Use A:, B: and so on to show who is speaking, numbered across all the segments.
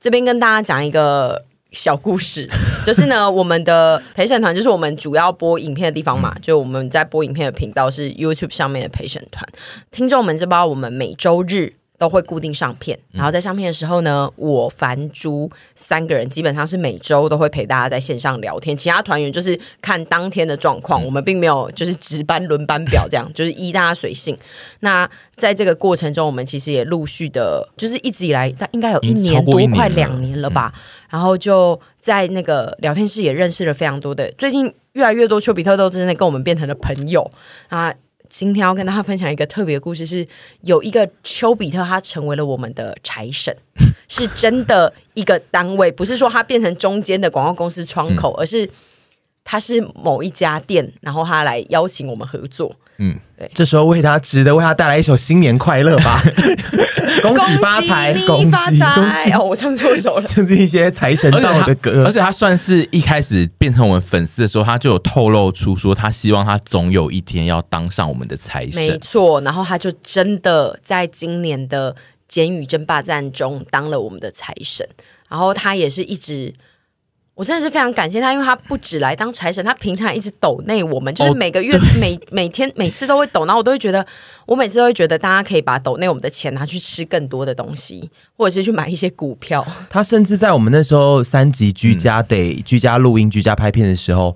A: 这边跟大家讲一个小故事，就是呢，我们的陪审团就是我们主要播影片的地方嘛，就我们在播影片的频道是 YouTube 上面的陪审团。听众们知不知道我们每周日都会固定上片，
B: 嗯
A: 然后在上片的时候呢，我凡珠三个人基本上是每周都会陪大家在线上聊天，其他团员就是看当天的状
B: 嗯
A: 况，我们并没有就是值班轮班表这样， 就是依大家随性。那在这个过程中，我们其实也陆续的，就是一直以来，但应该有一
B: 嗯
A: 年
B: 超过
A: 多
B: 一，年
A: 快
B: 了嗯
A: 两年了吧。然后就在那个聊天室也认识了非常多的，最近越来越多丘比特都真的跟我们变成了朋友啊。今天要跟大家分享一个特别的故事是，有一个丘比特，他成为了我们的财神，是真的一个单位，不是说他变成中间的广告公司窗口，而是他是某一家店，然后他来邀请我们合作。
C: 这时候为他值得为他带来一首新年快乐 吧，恭喜发财，
A: 恭
C: 恭
A: 喜你发
C: 喜恭喜
A: 财！，哦，我唱错首了。
C: 就是一些财神
B: 而且
C: 到
B: 他
C: 的
B: 而
C: 歌，
B: 且他算是一开始变成我们粉丝的时候，他就有透露出说，他希望他总有一天要当上我们的财
A: 没
B: 神。
A: 错，然后他就真的在今年的监狱争霸战中当了我们的财神，然后他也是一直。我真的是非常感谢他，因为他不止来当财神，他平常一直抖内我们，就是
B: 哦
A: 每个月、每每天每次都会抖，然后我都会觉得，我每次都会觉得大家可以把抖内我们的钱拿去吃更多的东西，或者是去买一些股票。
C: 他甚至在我们那时候三级居家
A: 嗯
C: 得居家录音、居家拍片的时候。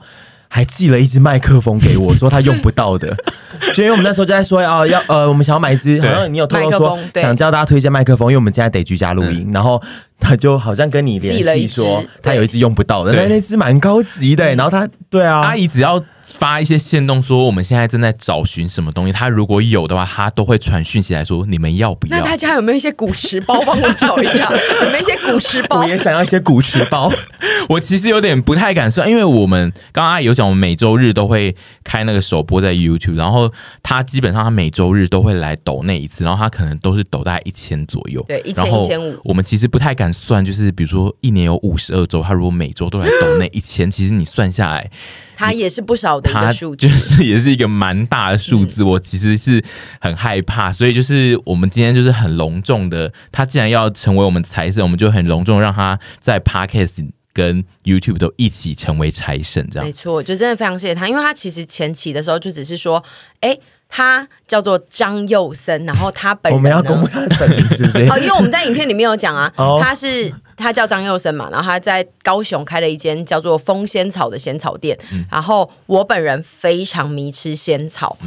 C: 还寄了一支麦克风给我，说他用不到的， 就因为我们那时候就在说哦，要呃，我们想要买一支，好
B: 对
C: 像你有透露
A: 麦克
C: 说
A: 风对嗯
C: 想叫大家推荐麦克风，因为我们现在得居家录音，然后他就好像跟你
A: 寄了
C: 联
A: 一
C: 系
A: 支
C: 说他
A: 对嗯
C: 有一支用不到的，
B: 对
C: 但那支蛮高级的、然后他对啊，
B: 阿姨只要发一些线动说我们现在正在找寻什么东西，他如果有的话，他都会传讯息来说你们要不
A: 那
B: 要？
A: 他家有没有一些古驰包？帮我找一下，有没有一些古驰包
C: 我？也想要一些古驰包，
B: 我其实有点不太敢算，因为我们刚刚阿姨有讲，我们每周日都会开那个首播在 YouTube，然后他基本上他每周日都会来抖那一次，然后他可能都是抖大概一千左右，
A: 对1000
B: 然后
A: 1500
B: 我们其实不太敢算，就是比如说一年有五十二周，他如果每周都来抖那一千，其实你算下来，
A: 他也是不少的一
B: 他
A: 个数据嗯
B: 就。是也是一个蛮大的数字，我其实是很害怕，所以就是我们今天就是很隆重的，他既然要成为我们财神，我们就很隆重地让他在 podcast 跟 YouTube 都一起成为财神，这样
A: 没错，就真的非常谢谢他，因为他其实前期的时候就只是说，哎、他叫做张佑森，然后他本
C: 我
A: 人
C: 们要
A: 呢
C: 公布他的本名是不是？
A: 哦，因为我们在影片里面有讲啊，
C: 哦
A: 他是他叫张佑生嘛，然后他在高雄开了一间叫做风仙草的仙草店，然后我本人非常迷吃仙草。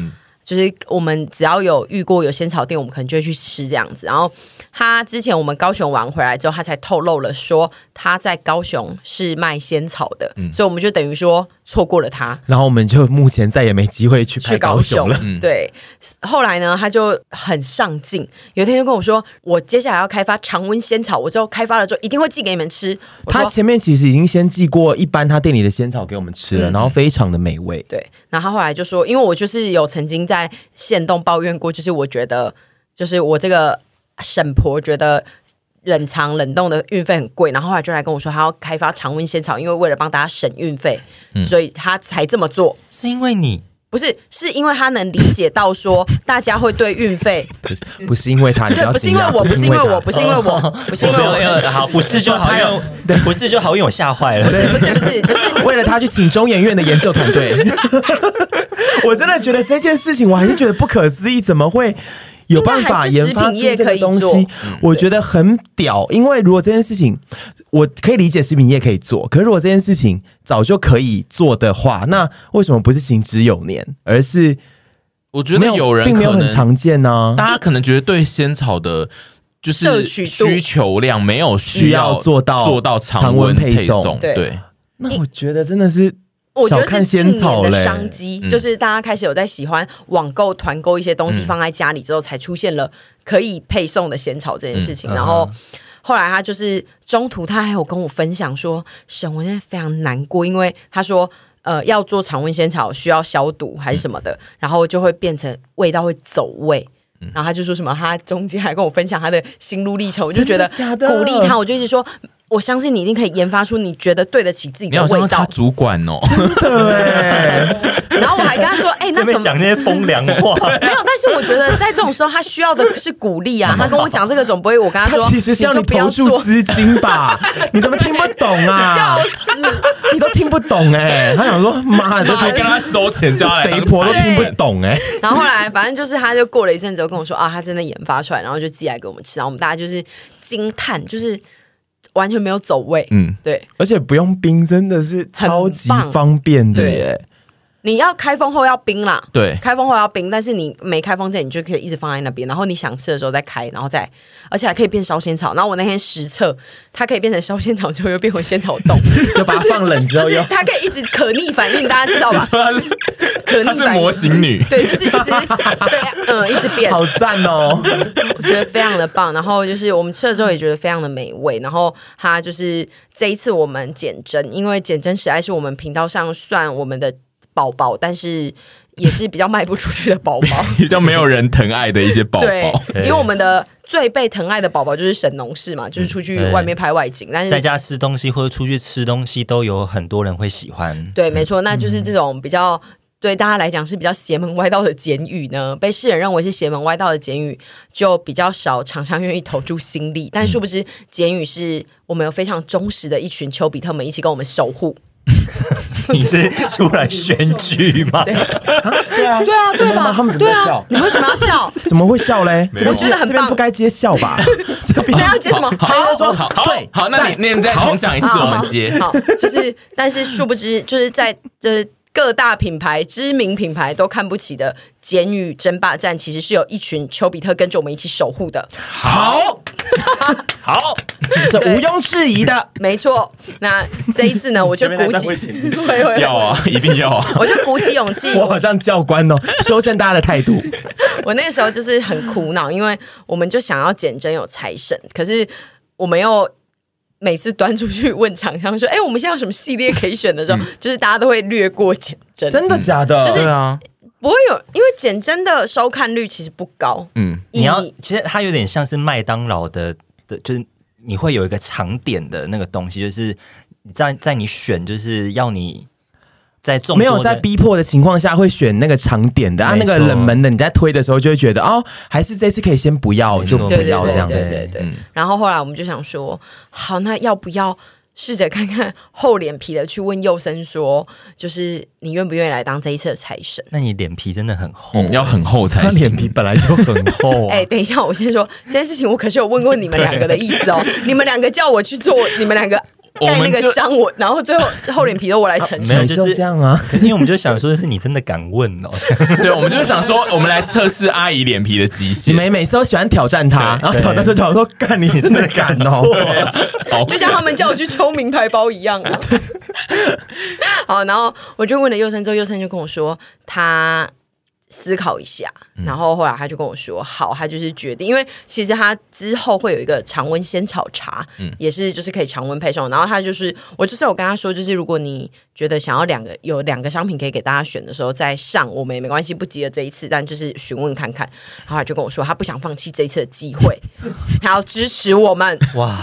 A: 就是我们只要有遇过有仙草店，我们可能就会去吃这样子。然后他之前我们高雄玩回来之后，他才透露了说他在高雄是卖仙草的，所以我们就等于说错过了他。
C: 然后我们就目前再也没机会去
A: 去
C: 拍高雄了。嗯
A: 对，后来呢，他就很上进，有一天就跟我说：“我接下来要开发常温仙草，我之后开发了之后一定会寄给你们吃。”我
C: 他
A: 说
C: 前面其实已经先寄过一般他店里的仙草给我们吃
A: 嗯
C: 了，然后非常的美味：“。
A: 对。”然后他后来就说：“因为我就是有曾经在县动抱怨过，就是我觉得，就是我这个婶婆觉得。”冷藏冷冻的运费很贵，然后后来就来跟我说，他要开发常温仙草，因为为了帮大家省运费，
C: 嗯
A: 所以他才这么做。
C: 是因为你，
A: 不是，是因为他能理解到说，大家会对运费
C: 不是因为他，你
A: 对，
C: 要
A: 不是因为
C: 惊讶
A: 我，不是因为
C: 他
A: 我，不是因为我，不是因 为
D: 没
A: 我，
D: 有好，不是就好
C: 他有
D: 像不是就好像我吓坏
A: 不
D: 了。
A: 是不是不是，就是
C: 为了他去请中研院的研究 团队。我真的觉得这件事情，我还是觉得不可思议，怎么会？有办法研发出这个东
A: 应该还是食品业
C: 西，我觉得很屌。因为如果这件事情，我可以理解食品业可以做，可是如果这件事情早就可以做的话，那为什么不是行之有年，而是
B: 我觉
C: 没
B: 得
C: 有
B: 有人
C: 并没有
B: 可
C: 很
B: 能
C: 常见呢、
B: 大家可能觉得对仙草的。就
A: 摄取
B: 是
A: 度
B: 需求量没有
C: 需
B: 需
C: 要做到
B: 做到
C: 常
B: 常
C: 温
B: 温
C: 配
B: 配
C: 送
B: 送，
A: 对
B: 对，
C: 那我觉得真的是
A: 我觉
C: 小
A: 得
C: 看
A: 是近
C: 仙草
A: 年的
C: 嘞。嗯
A: 商机，就是大家开始有在喜欢网购团购一些东西放在家里之后，才出现了可以配送的仙草这件事情。
C: 嗯
A: 然后后来他就是中途他还有跟我分享说，沈我现在非常难过，因为他说。呃，要做常温仙草需要消毒还是什么
C: 嗯
A: 的，然后就会变成味道会走味。然后他就说什么，他中间还跟我分享他的心路历程，我就觉得
C: 真的假的
A: 鼓励他，我就一直说。我相信你一定可以研发出你觉得对得起自己
B: 你
A: 的
B: 好
A: 味
B: 像
A: 道
B: 他。主管 哦，
C: 对，
A: 然后我还跟他说：“哎、那
D: 这边
A: 怎
D: 讲
A: 么？”
D: 那些风凉话，
A: 没有，但是我觉得在这种时候，他需要 的是鼓励啊。他跟我讲这个，总不会我跟他
C: 他
A: 说，
C: 其实是
A: 你
C: 要
A: 就
C: 你
A: 不要
C: 投注
A: 做。
C: 资金 吧？你怎么听不懂啊？你都听不懂哎、他想说妈，你这
B: 还跟他收钱叫他来
C: 肥
B: 当
C: 婆都
B: 裁
C: 听不
B: 判
C: 懂哎、
A: 然后后来，反正就是他就过了一阵子，跟我说啊，他真的研发出来，然后就寄来给我们吃。然后我们大家就是惊叹，就是完全没有走位。
B: 嗯，
A: 对，
C: 而且不用冰真的是超级
A: 很棒
C: 方便的耶，
A: 你要开封后要冰啦，
B: 对，
A: 开封后要冰，但是你没开封前，你就可以一直放在那边，然后你想吃的时候再开，然后再，而且还可以变烧仙草。然后我那天实测，它可以变成烧仙草，之后又变回仙草冻，
C: 就把它放冷之
A: 就
C: 后
A: 是
C: 又。
A: 它可以一直可逆反应，大家知道 吧？
B: 说他是
A: 可
B: 他
A: 逆
B: 是
A: 反
B: 模
A: 应。
B: 型女，
A: 对，就是一直这样，嗯，一直变，
C: 好赞哦！
A: 我觉得非常的棒。然后就是我们吃了之后也觉得非常的美味。然后它就是这一次我们减针，因为减针实在是我们频道上算我们的宝宝，但是也是比较卖不出去的 宝宝。
B: 比较没有人疼爱的一些宝哦
A: 对
B: 宝。，
A: 因为我们的最被疼爱的宝宝就是神农氏嘛，就是出去外面拍外景，但
D: 在
A: 是。
D: 家吃东西或者出去吃东西，都有很多人会喜 欢。
A: 对，没错，那就是这种比较。对大家来讲是比较邪门歪道的监狱呢，被世人认为是邪门歪道的监狱，就比较少厂商愿意投注心力。但殊不知，监狱是我们有非常忠实的一群丘比特们一起跟我们守护。
D: 你是出来选举吗？
A: 对对啊，对吧？
C: 他们怎
A: 对
C: 么在
A: 啊
C: 笑，
A: 你们为什么要笑？
C: 怎么会笑嘞？
B: 没有
C: 怎么这
A: 我觉得很棒
C: 这边不该接笑吧？这边
A: 对啊，接什么？好，
B: 好好好，那你那你再重讲一次，
A: 好
B: 我们接。
A: 好，就是，但是殊不知，就是在就是各大品牌、知名品牌都看不起的监狱争霸战，其实是有一群丘比特跟着我们一起守护的。
C: 好，
B: 好，
C: 这毋庸置疑的。
A: 没错，那这一次呢，我就鼓起， 会会
B: 要啊，一定要啊。
A: 我就鼓起勇气，
C: 我好像教官哦，修正大家的态度。
A: 我那个时候就是很苦恼，因为我们就想要减真有财神，可是我们又每次端出去问厂商说：“哎、我们现在有什么系列可以选？”的时候，就是大家都会略过减真，
C: 真的假的？
A: 就是
B: 对啊，
A: 不会有，因为减真的收看率其实不高。
B: 嗯，
A: 以
D: 你要，其实它有点像是麦当劳的的，就是你会有一个常点的那个东西，就是你在在你选，就是要你在众
C: 没
D: 多的
C: 有在逼迫的情况下会选那个长点的啊，那
D: 没错
C: 个冷门的你在推的时候就会觉得哦，还是这次可以先不要，
D: 没
C: 就
D: 错
C: 不
A: 对对
C: 要这
A: 对
C: 样
A: 对
C: 子。
A: 对对。
B: 嗯
A: 然后后来我们就想说，好，那要不要试着看看厚脸皮的去问佑生说，就是你愿不愿意来当这一次的财神？
D: 那你脸皮真的很厚，
B: 嗯要很厚才
C: 他脸
B: 行。
C: 皮本来就很厚、啊，
A: 哎、等一下，我先说这件事情，我可是有问过你们两个的意思 哦。你们两个叫我去做，你们两个
B: 我
A: 盖
B: 们
A: 那
B: 就
A: 个章，我然后最后厚脸皮都我来承
D: 没
A: 受
D: 有。
C: 每次都
D: 就是
C: 这样啊。
D: 可是因为我们就想说的是你真的敢问哦，
B: 对，我们就是想说，我们来测试阿姨脸皮的极
C: 你
B: 限。
C: 们每次都喜欢挑战他，然后挑战就挑战说：“干你 真的敢哦
B: 好，
A: 就像他们叫我去抽名牌包一样啊。好，然后我就问了佑生之后，佑生就跟我说他思考一下，然后后来他就跟我说，好，他就是决定，因为其实他之后会有一个常温仙草茶，也是就是可以常温配送。然后他就是我就是有跟他说，就是如果你觉得想要两个有两个商品可以给大家选的时候再上，我们也没关系，不急了这一次，但就是询问看看。然后他就跟我说，他不想放弃这一次的机会， 他要支持我们。
D: 哇！！”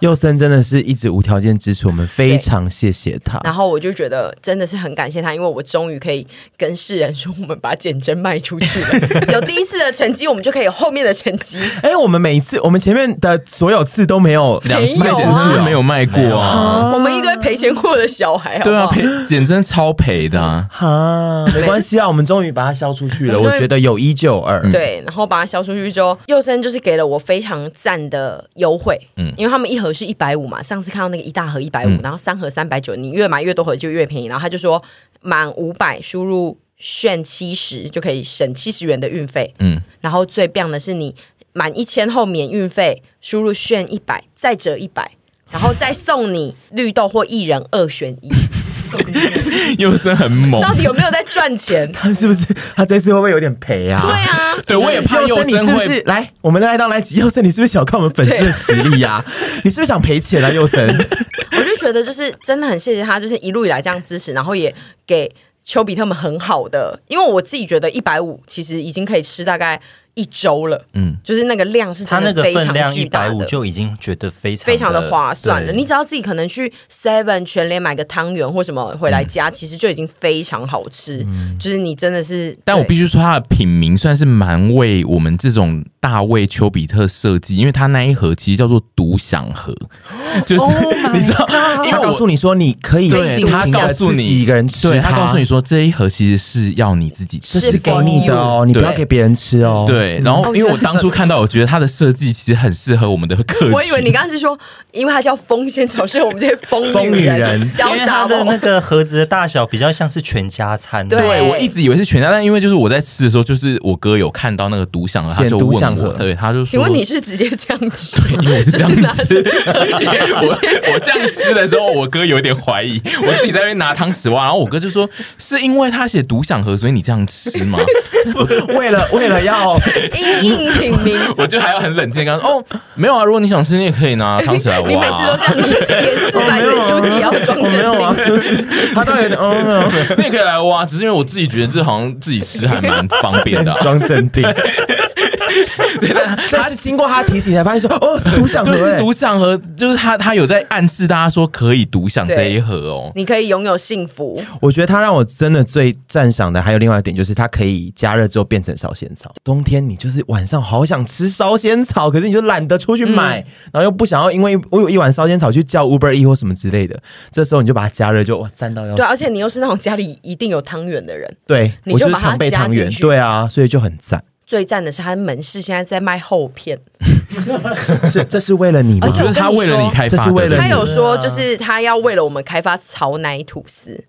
C: 佑森真的是一直无条件支持我们，非常谢谢他。
A: 然后我就觉得真的是很感谢他，因为我终于可以跟世人说，我们把减针卖出去了。 有第一次的成绩，我们就可以有后面的成绩。
C: 哎、我们每一次，我们前面的所有次都没有
B: 两次
A: 没有啊
B: 简直没有卖过啊。
A: 我们一堆赔钱货的小孩，好不
B: 对啊，
A: 好？
B: 赔简真超赔的啊。
C: 哈，没关系啊，我们终于把它消出去了。
A: 我们
C: 我
A: 终于
C: 觉得有一就有二，
A: 对，然后把它销出去之后，佑生就是给了我非常赞的优惠，嗯，因为他们一盒是一百五嘛，上次看到那个一大盒一百
B: 嗯
A: 五，然后三盒三百九，你越买越多盒就越便宜，然后他就说满五百输入炫七十就可以省七十元的运费，嗯
B: 嗯，
A: 然后最棒的是你满一千后免运费，输入炫一百再折一百。然后再送你绿豆或薏仁二选 一，
B: 佑森很猛
A: 到底有没有在赚 钱？
C: 他是不是他这次会不会有点赔啊？
A: 对啊，
B: 对我也怕
C: 佑
B: 佑
C: 森，你是
B: 森
C: 不
B: 会
C: 是来？我们来到来集，佑森，你是不是小看我们粉丝的实 力呀、你是不是想赔钱啊，佑森？
A: 我就觉得就是真的很谢谢他，就是一路以来这样支持，然后也给丘比特们很好的，因为我自己觉得一百五其实已经可以吃大概一周了，
B: 嗯，
A: 就是那个量是
D: 它
A: 真
D: 那个
A: 的非
D: 分
A: 常
D: 量一
A: 巨大
D: 百五
A: 的。
D: 就已经觉得非常
A: 非常的划算了，
D: 对
A: 你只要自己可能去 Seven 全联买个汤圆或什么回来家，其实就已经非常好吃。就是你真的是，
B: 但我
A: 对
B: 必须说，它的品名算是蛮为我们这种大卫丘比特设计，因为它那一盒其实叫做独享盒，就是、
A: 哦
C: Oh
B: 你知道，因
C: 他
B: 为
C: 告
B: 我
C: 诉你说你可以
B: 对
C: 尽
B: 他
C: 情
B: 告
C: 的
B: 诉
C: 自
B: 你
C: 己一个人吃
B: 对
C: 它，
B: 他告诉你说这一盒其实是要你自己
C: 这
B: 吃。
C: 是给你的哦，你不要
B: 对
C: 给别人吃哦。，
B: 对，然后
A: 哦
B: 因
A: 这
B: 为我当初看到，我觉得它的设计其实很适合我们的客群。
A: 我以为你刚刚是说，因为它叫疯仙草，是我们这些疯
C: 疯
A: 女
C: 女人
D: 因为
A: 潇
D: 它
A: 洒
D: 的
A: 的
D: 那个盒子的大小比较像是全家餐，
A: 哦对
B: 对，我一直以为是全家，但因为就是我在吃的时候，就是我哥有看到那个独享盒，他
C: 显
B: 就
C: 独享
B: 问
C: 盒
B: 我，对，他就说
A: 请问你是直接这样吃？
B: 因为我是这样
A: 就是拿着
B: 吃， 而且我我这样吃的时候，我哥有点怀疑，我自己在那边拿汤匙挖，然后我哥就说是因为他写独享盒，所以你这样吃吗？
C: 为了为了 要
A: 因应品名，
B: 我就还要很冷静地跟他说哦，没有啊，如果你想吃，你也可以拿汤匙来挖。啊
A: 你每次都这样子，演四百
C: 没
A: 本
C: 有啊
A: 书籍要装
C: 我没有啊，
A: 镇定。
C: 就是他倒有点嗯嗯嗯
B: 你也可以来挖，只是因为我自己觉得这好像自己吃还蛮方便的、 啊。
C: 装镇定。 但是经过他提醒才发现说，哦，是独享
B: 就
C: 盒
B: 是
C: 哎，
B: 独享盒，就是他他有在暗示大家说可以独享这一盒哦。
A: 你可以拥有幸福，
C: 我啊觉得它让我真的最赞赏的还有另外一点，就是它可以加热之后变成烧仙草。冬天你就是晚上好想吃烧仙草，可是你就懒得出去买，
A: 嗯
C: 然后又不想要因为我有一碗烧仙草去叫 Uber E 或什么之类的，这时候你就把它加热就哇赞到要死
A: 对，啊而且你又是那种家里一定有汤圆的人。
C: 对，
A: 你
C: 我
A: 就
C: 就是
A: 把它
C: 常备
A: 加
C: 汤
A: 进
C: 圆，
A: 去
C: 对啊，所以就很赞。
A: 最赞的是，他门市现在在卖厚片，
C: 是这是为了你吗
A: 而
B: 我？觉得他为了你开发的，
C: 这是为了
A: 他
C: 你
A: 有
B: 啊
A: 说就是他要为了我们开发草奶吐 司，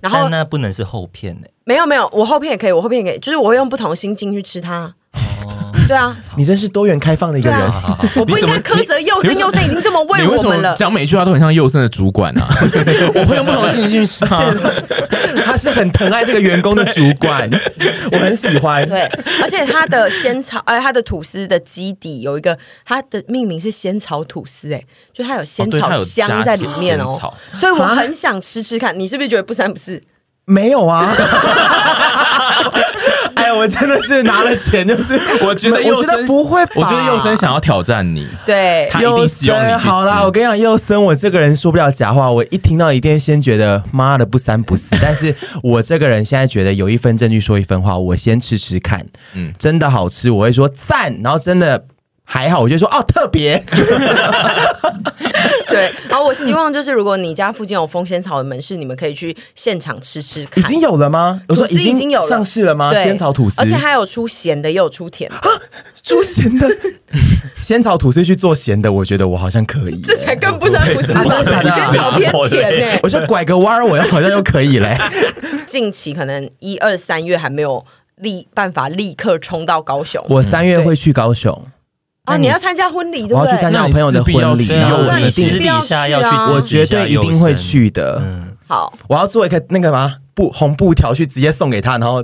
A: 然后
D: 但那不能是厚片欸诶、
A: 没有没有，我后片也可以，我后片也可以，就是我会用不同的心境去吃它。对啊，
C: 你真是多元开放的一个
A: 对
C: 人。
A: 啊我不应该苛责佑生，
B: 哦你
A: 佑生已经这么
B: 你
A: 为我
B: 为什
A: 们
B: 么
A: 了。
B: 讲每一句话都很像佑生的主管啊？我会用不同的心情去吃它。
A: 啊
C: 他是很疼爱这个员工的主管，我很喜欢。
A: 对，而且它的仙草，呃，它的吐司的基底有一个，它的命名是仙草吐司、哎，就它有仙
B: 哦对
A: 草
B: 它有
A: 香
B: 加
A: 在里面哦
B: 仙草，
A: 所以我很想吃吃看。你是不是觉得不三不四？
C: 没有啊。 哎呀，我真的是拿了钱，就是
B: 我觉得
C: 我
B: 佑
C: 觉
B: 生
C: 得不会吧？
B: 我觉得佑生想要挑战你，
A: 对，
B: 他一定希望你
C: 佑
B: 去
C: 森好啦，我
B: 吃。
C: 跟你讲，佑森，我这个人说不了假话，我一听到一定先觉得妈的不三 不四，但是我这个人现在觉得有一分证据说一分话，我先吃吃看，
B: 嗯
C: 嗯，真的好吃，我会说赞，然后真的还好，我就说哦 特别，
A: 对，然后我希望就是，如果你家附近有风仙草的门市，你们可以去现场吃吃
C: 已
A: 看。
C: 经有了吗？我
A: 吐
C: 说
A: 司已经有了，
C: 上市了吗？
A: 对
C: 仙草吐司，
A: 而且还有出咸的，也有出甜的，
C: 猪咸的 仙草吐司去做咸的，我觉得我好像可以耶、
A: 这才更不三不四。
C: 真的假的
A: 仙草偏甜呢、
C: 我就拐个弯儿，我好像又可 以嘞、
A: 近期可能一二三月还没有立办法立刻冲到高雄
C: 我三月会去高雄，
A: 啊！
C: 那你
A: 你要参加婚礼对
C: 我
A: 不
C: 要去参
A: 对？
C: 加我朋友的婚礼，
B: 对
D: 啊
C: 然后
A: 那
C: 我
A: 你
C: 一
A: 是
D: 私
C: 定，
D: 底下要
A: 啊
D: 去，
C: 我绝对一定会。去的。
D: 嗯，
A: 好，
C: 我要做一个那个嘛布红布条去直接送给他，然后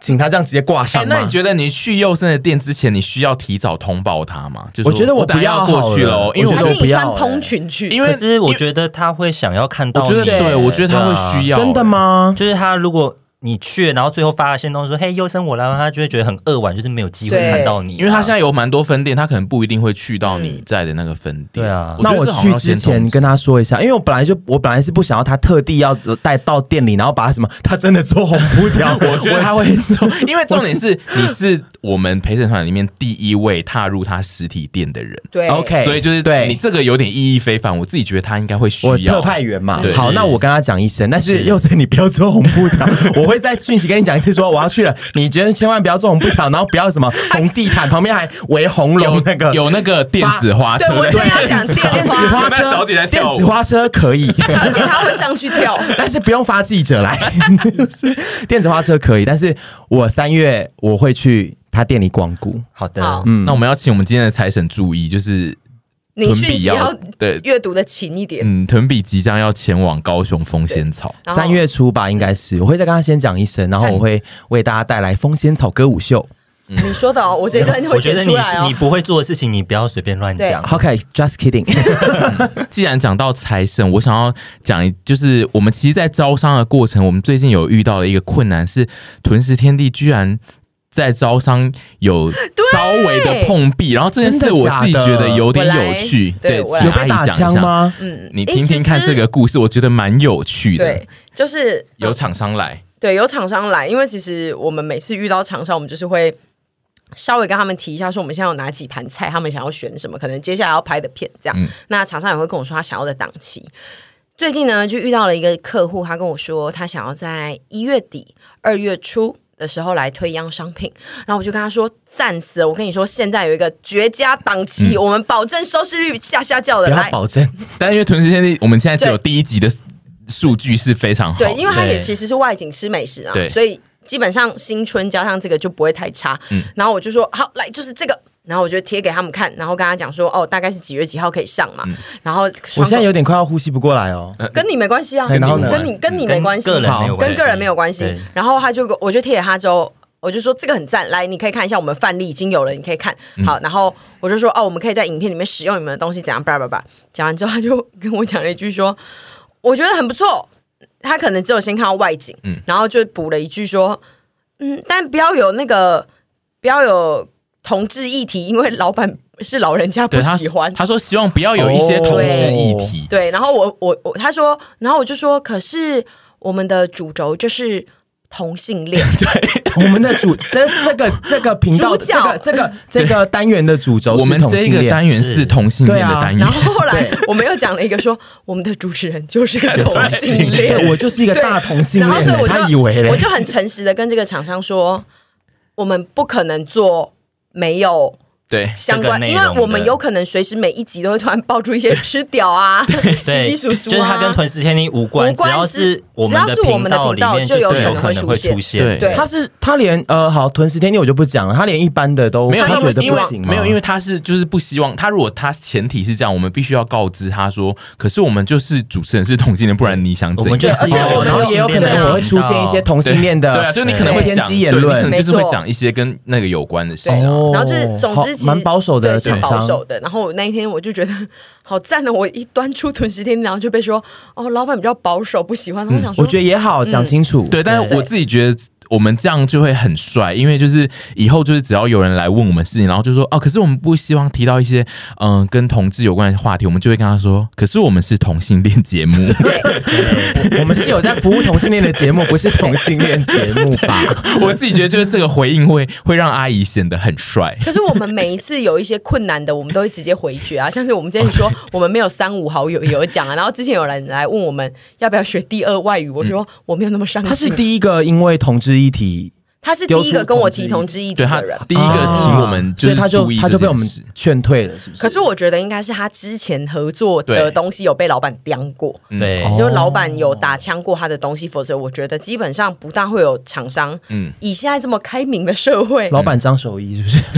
C: 请他这样直接挂
B: 哎
C: 上，嘛。
B: 那你觉得你去佑生的店之前，你需要提早通报他吗？就说
C: 我觉得
B: 我
C: 我
B: 等
C: 不
B: 下
C: 要
B: 要过去了哦，
C: 好了
B: 因为
C: 我
A: 还
C: 觉
B: 我
C: 得
A: 是你穿
C: 我不要欸
A: 蓬裙去？
B: 因为
D: 可是我觉得他会想要看到
B: 我
D: 你，
B: 觉得对，我觉得他会需要
D: 要，
C: 啊真的？吗？
D: 就是他如果。你去，然后最后发了线动说：“嘿，优生我来了。”他就会觉得很扼腕，就是没有机会
A: 对
D: 看到你啊、
B: 因为他现在有蛮多分店，他可能不一定会去到你在的那个分店。
D: 对啊
B: 哎觉
C: 那
B: 得
C: 我
B: 这好像
C: 去
B: 要
C: 之
B: 先
C: 前
B: 通知
C: 跟他说一下，因为我本来就我本来是不想要他特地要带到店里，然后把他什么他真的做红布条， 我
B: 我觉得他会做，因为重点是你是我们陪审团里面第一位踏入他实体店的人，
A: 对
C: OK，
B: 所以就是
C: 哎对
B: 你这个有点意义非凡。我自己觉得他应该会需要
C: 我特派员嘛
B: 对，
C: 好，
D: 是
C: 那我跟他讲一声，但是佑森，你不要做红布条，我会在讯息跟你讲一次，说我要去了，你觉得千万不要做红布条，然后不要什么红地毯，旁边还围红
B: 有
C: 龙那个
B: 有那个电子花车
A: 对，我
B: 的，
A: 正要讲电
C: 电子
A: 话，
C: 花
B: 那小姐在
C: 车，
B: 跳舞
C: 电子花车可以，
A: 而且他会上去跳。
C: 但是不用发记者来，就是电子花车可以，但是我三月我会去他店里光顾，
D: 好的，
A: 好
B: 那我们要请我们今天的财神注意，就是
A: 你
B: 屯
A: 讯
B: 比
A: 息
B: 要
A: 要
B: 对，
A: 阅读的勤一点。
B: 嗯，屯比即将要前往高雄风仙草。
A: 然后
C: 三月初吧，应该是，我会再跟他先讲一声，然后我会为大家带来风仙草歌舞秀。
A: 你说的哦，我这一段会
D: 我
A: 剪
D: 觉得
A: 出
D: 你
A: 来
D: 你
A: 哦。
D: 不会做的事情，你不要随便乱
A: 对
D: 讲。
C: OK，just、kidding。
B: 既然讲到财神，我想要讲一，就是我们其实，在招商的过程，我们最近有遇到了一个困难，是屯石天地居然在招商有稍微的碰壁，然后这件
C: 真
B: 事
C: 的
B: 我
C: 假
B: 自己
C: 的
B: 觉得有点
A: 我来
B: 有趣。
A: 对
B: 对，
A: 我
B: 请
C: 有
A: 来
B: 阿
C: 被
B: 姨
C: 打
B: 讲一
C: 枪
B: 下？
C: 吗？
A: 嗯
B: 你
A: 诶
B: 听
A: 其
B: 听看
A: 实
B: 这个故事，我觉得蛮有趣的
A: 对。，就是
B: 有厂商来，
A: 对，有厂商来，因为其实我们每次遇到厂商，我们就是会稍微跟他们提一下，说我们现在有哪几盘菜，他们想要选什么，可能接下来要拍的片这样。
B: 嗯
A: 那厂商也会跟我说他想要的档期。最近呢，就遇到了一个客户，他跟我说他想要在一月底、二月初。的时候来推央商品，然后我就跟他说赞死了！我跟你说，现在有一个绝佳档期，我们保证收视率下下叫的，
C: 不
A: 来
C: 要保证，
B: 但因为屯时天地，我们现在只有
A: 对
B: 第一集的数据是非常好的。
A: 对，因为它也
D: 对
A: 其实是外景吃美食啊
B: 对，
A: 所以基本上新春加上这个就不会太差。然后我就说好，来就是这个。然后我就贴给他们看，然后跟他讲说，哦，大概是几月几号可以上嘛。然后
C: 我
A: 窗口
C: 现在有点快要呼吸不过来哦。
B: 呃
A: 跟你没关系啊，
C: 哎然后呢
A: 跟你跟你没关系，
D: 跟个人没有
C: 好
D: 关
A: 跟
D: 系，
A: 个人没有关系
D: 对。
A: 然后他就我就贴给他之后，我就说这个很赞，来你可以看一下我们范例已经有了，你可以看好。然后我就说哦，我们可以在影片里面使用你们的东西，怎样？叭叭叭。讲完之后，他就 跟我讲了一句说，我觉得很不错。他可能只有先看到外景，然后就补了一句说，嗯，但不要有那个不要有同志议题，因为老板是老人家不
B: 对他
A: 喜欢。
B: 他说希望不要有一些同志议题。
A: 对，然后我我我他说，然后我就说，可是我们的主轴就是同性恋，
C: 我们的主这这个这个频道的
A: 主
C: 这
A: 角
C: 个这个这个单元的主轴
B: 我
C: 是
B: 们
C: 哦同
B: 这
C: 性
B: 个
C: 恋，啊
B: 单元是同性恋的单元
A: 然，后后来
C: 对
A: 我们又讲了一个说，我们的主持人就是个同 性
C: 对
A: 恋，
C: 我就是一个
A: 对
C: 大同性
A: 然后
C: 恋
A: 所以
C: 欸，
A: 我就
C: 他以为嘞
A: 我，就很诚实的跟这个厂商说，我们不可能做没有
B: 对
A: 相关，
D: 这个内
A: 因
D: 容
A: 为
D: 的
A: 我们有可能随时每一集都会突然爆出一些吃屌啊、
D: 对，
A: 稀稀疏疏
D: 就是它
A: 啊，
D: 跟屯食天地无关，
A: 无
D: 只
A: 关
D: 要是我们的
A: 只要是我
D: 频
A: 们的
D: 道里面，
A: 频道就有
D: 是有
A: 可能会
D: 能会
A: 出现
D: 出现。
B: 对
A: 对
C: 他是他连呃好吞食天地我就不讲了，他连一般的都
B: 没有，
C: 他
B: 他
C: 觉得
B: 因
C: 不
B: 为
C: 行啊吗
B: 没有，因为他是就是不希望他。如果他前提是这样，我们必须要告知他说，可是我们就是主持人是同性恋，不然你想
D: 我
B: 怎样？
D: 们就
B: 对
D: 是
C: 而且我然后也有可能我会出现一些同性恋的
B: 啊，就是你可能会
C: 偏
B: 讲
C: 激言
B: 对
C: 论
B: 你可能就是
A: 没
B: 会
A: 错
B: 讲一些跟那个有关的事
A: 对
B: 啊。
C: 哦
A: 然后就是，总之其实
C: 好蛮保守
A: 对
C: 的
A: 是
C: 厂
A: 保
C: 商，
A: 守的。然后我那一天我就觉得好赞的，哦我一端出囤食天地，然后就被说哦，老板比较保守，不喜欢。然后我想说，
C: 嗯我 觉得也好讲清楚。
B: 对，但是我自己觉得我们这样就会很帅，因为就是以后就是只要有人来问我们事情，然后就说哦，可是我们不希望提到一些嗯、跟同志有关的话题，我们就会跟他说，可是我们是同性恋节目。
C: 我们是有在服务同性恋的节目，不是同性恋节目 吧？
B: 我自己觉得就是这个回应会会让阿姨显得很帅。
A: 可是我们每一次有一些困难的，我们都会直接回绝啊。像是我们之前说 我们没有三五好友也有讲啊，然后之前有人来问我们要不要学第二外语，我说我没有那么上
C: 嗯他是
A: 进。
C: 第一个因为同志议题，
A: 他是第一个跟我提同志议题
B: 对他
A: 的人。
B: 第一个提我们
C: 啊所
B: 是
C: 以他就
B: 注意
C: 他
B: 这
C: 就被
B: 件
C: 我们
B: 事
C: 劝退了，是不是？
A: 可是我觉得应该是他之前合作的
B: 对
A: 东西有被老板刁过，
B: 嗯
D: 对
C: 哦
A: 就老板有打枪过他的东西，否则我觉得基本上不大会有厂商。
B: 嗯，
A: 以现在这么开明的社会，
C: 老板张守一是不是？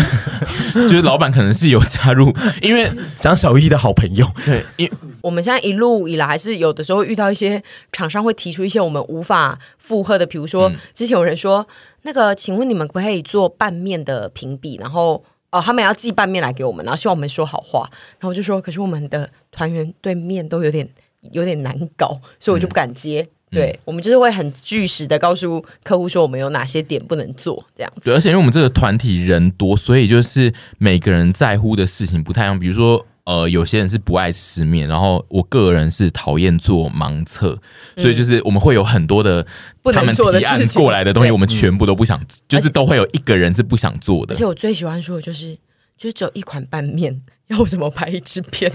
B: 就是老板可能是有加入，因为
C: 张守一的好朋友，
B: 对，因
A: 我们现在一路以来还是有的时候遇到一些厂商会提出一些我们无法负荷的，比如
C: 嗯
A: 说之前有人说那个，请问你们可不可以做拌面的评比？然后哦，他们也要寄拌面来给我们，然后希望我们说好话。然后我就说，可是我们的团员对面都有点有点难搞，所以我就不敢接。
C: 嗯
A: 对我们就是会很据实的告诉客户说我们有哪些点不能做，这样
B: 对，而且因为我们这个团体人多，所以就是每个人在乎的事情不太一样。比如说，呃，有些人是不爱吃面，然后我个人是讨厌做盲测，所以就是我们会有很多的
A: 不能
B: 他们
A: 做的
B: 提案
A: 事情
B: 过来的东西，
A: 对
C: 嗯
B: 我们全部都不想，就是都会有一个人是不想做
A: 而
B: 的
A: 且。我最喜欢说的就是，就是只有一款拌面，要我怎么拍一支片？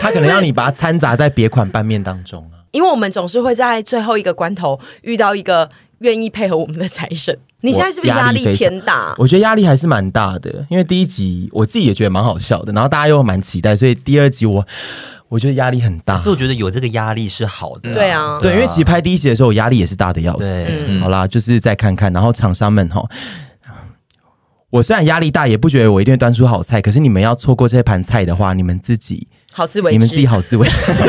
C: 他可能让你把它掺杂在别款拌面当中啊。
A: 因为我们总是会在最后一个关头遇到一个愿意配合我们的财神。你现在是不是压力偏大？
C: 我觉得压力还是蛮大的，因为第一集我自己也觉得蛮好笑的，然后大家又蛮期待，所以第二集我我觉得压力很大
D: 可。是我觉得有这个压力是好的、
A: 对，啊，
C: 对，因为其实拍第一集的时候，我压力也是大的要死。
D: 对，
B: 嗯
C: 好啦，就是再看看，然后厂商们哈。我虽然压力大，也不觉得我一定会端出好菜。可是你们要错过这盘菜的话，你们自己，
A: 好自为
C: 你们自己
A: 之。
C: 好自为 之。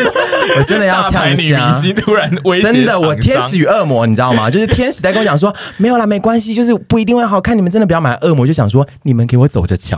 C: 我真的要
B: 大
C: 呛
B: 牌
C: 一
B: 女明
C: 下，
B: 星突然威胁
C: 真的，
B: 厂
C: 我天
B: 商
C: 使与恶魔，你知道吗？就是天使在跟我讲说，没有啦，没关系，就是不一定会好看。你们真的不要买恶魔，就想说你们给我走着瞧。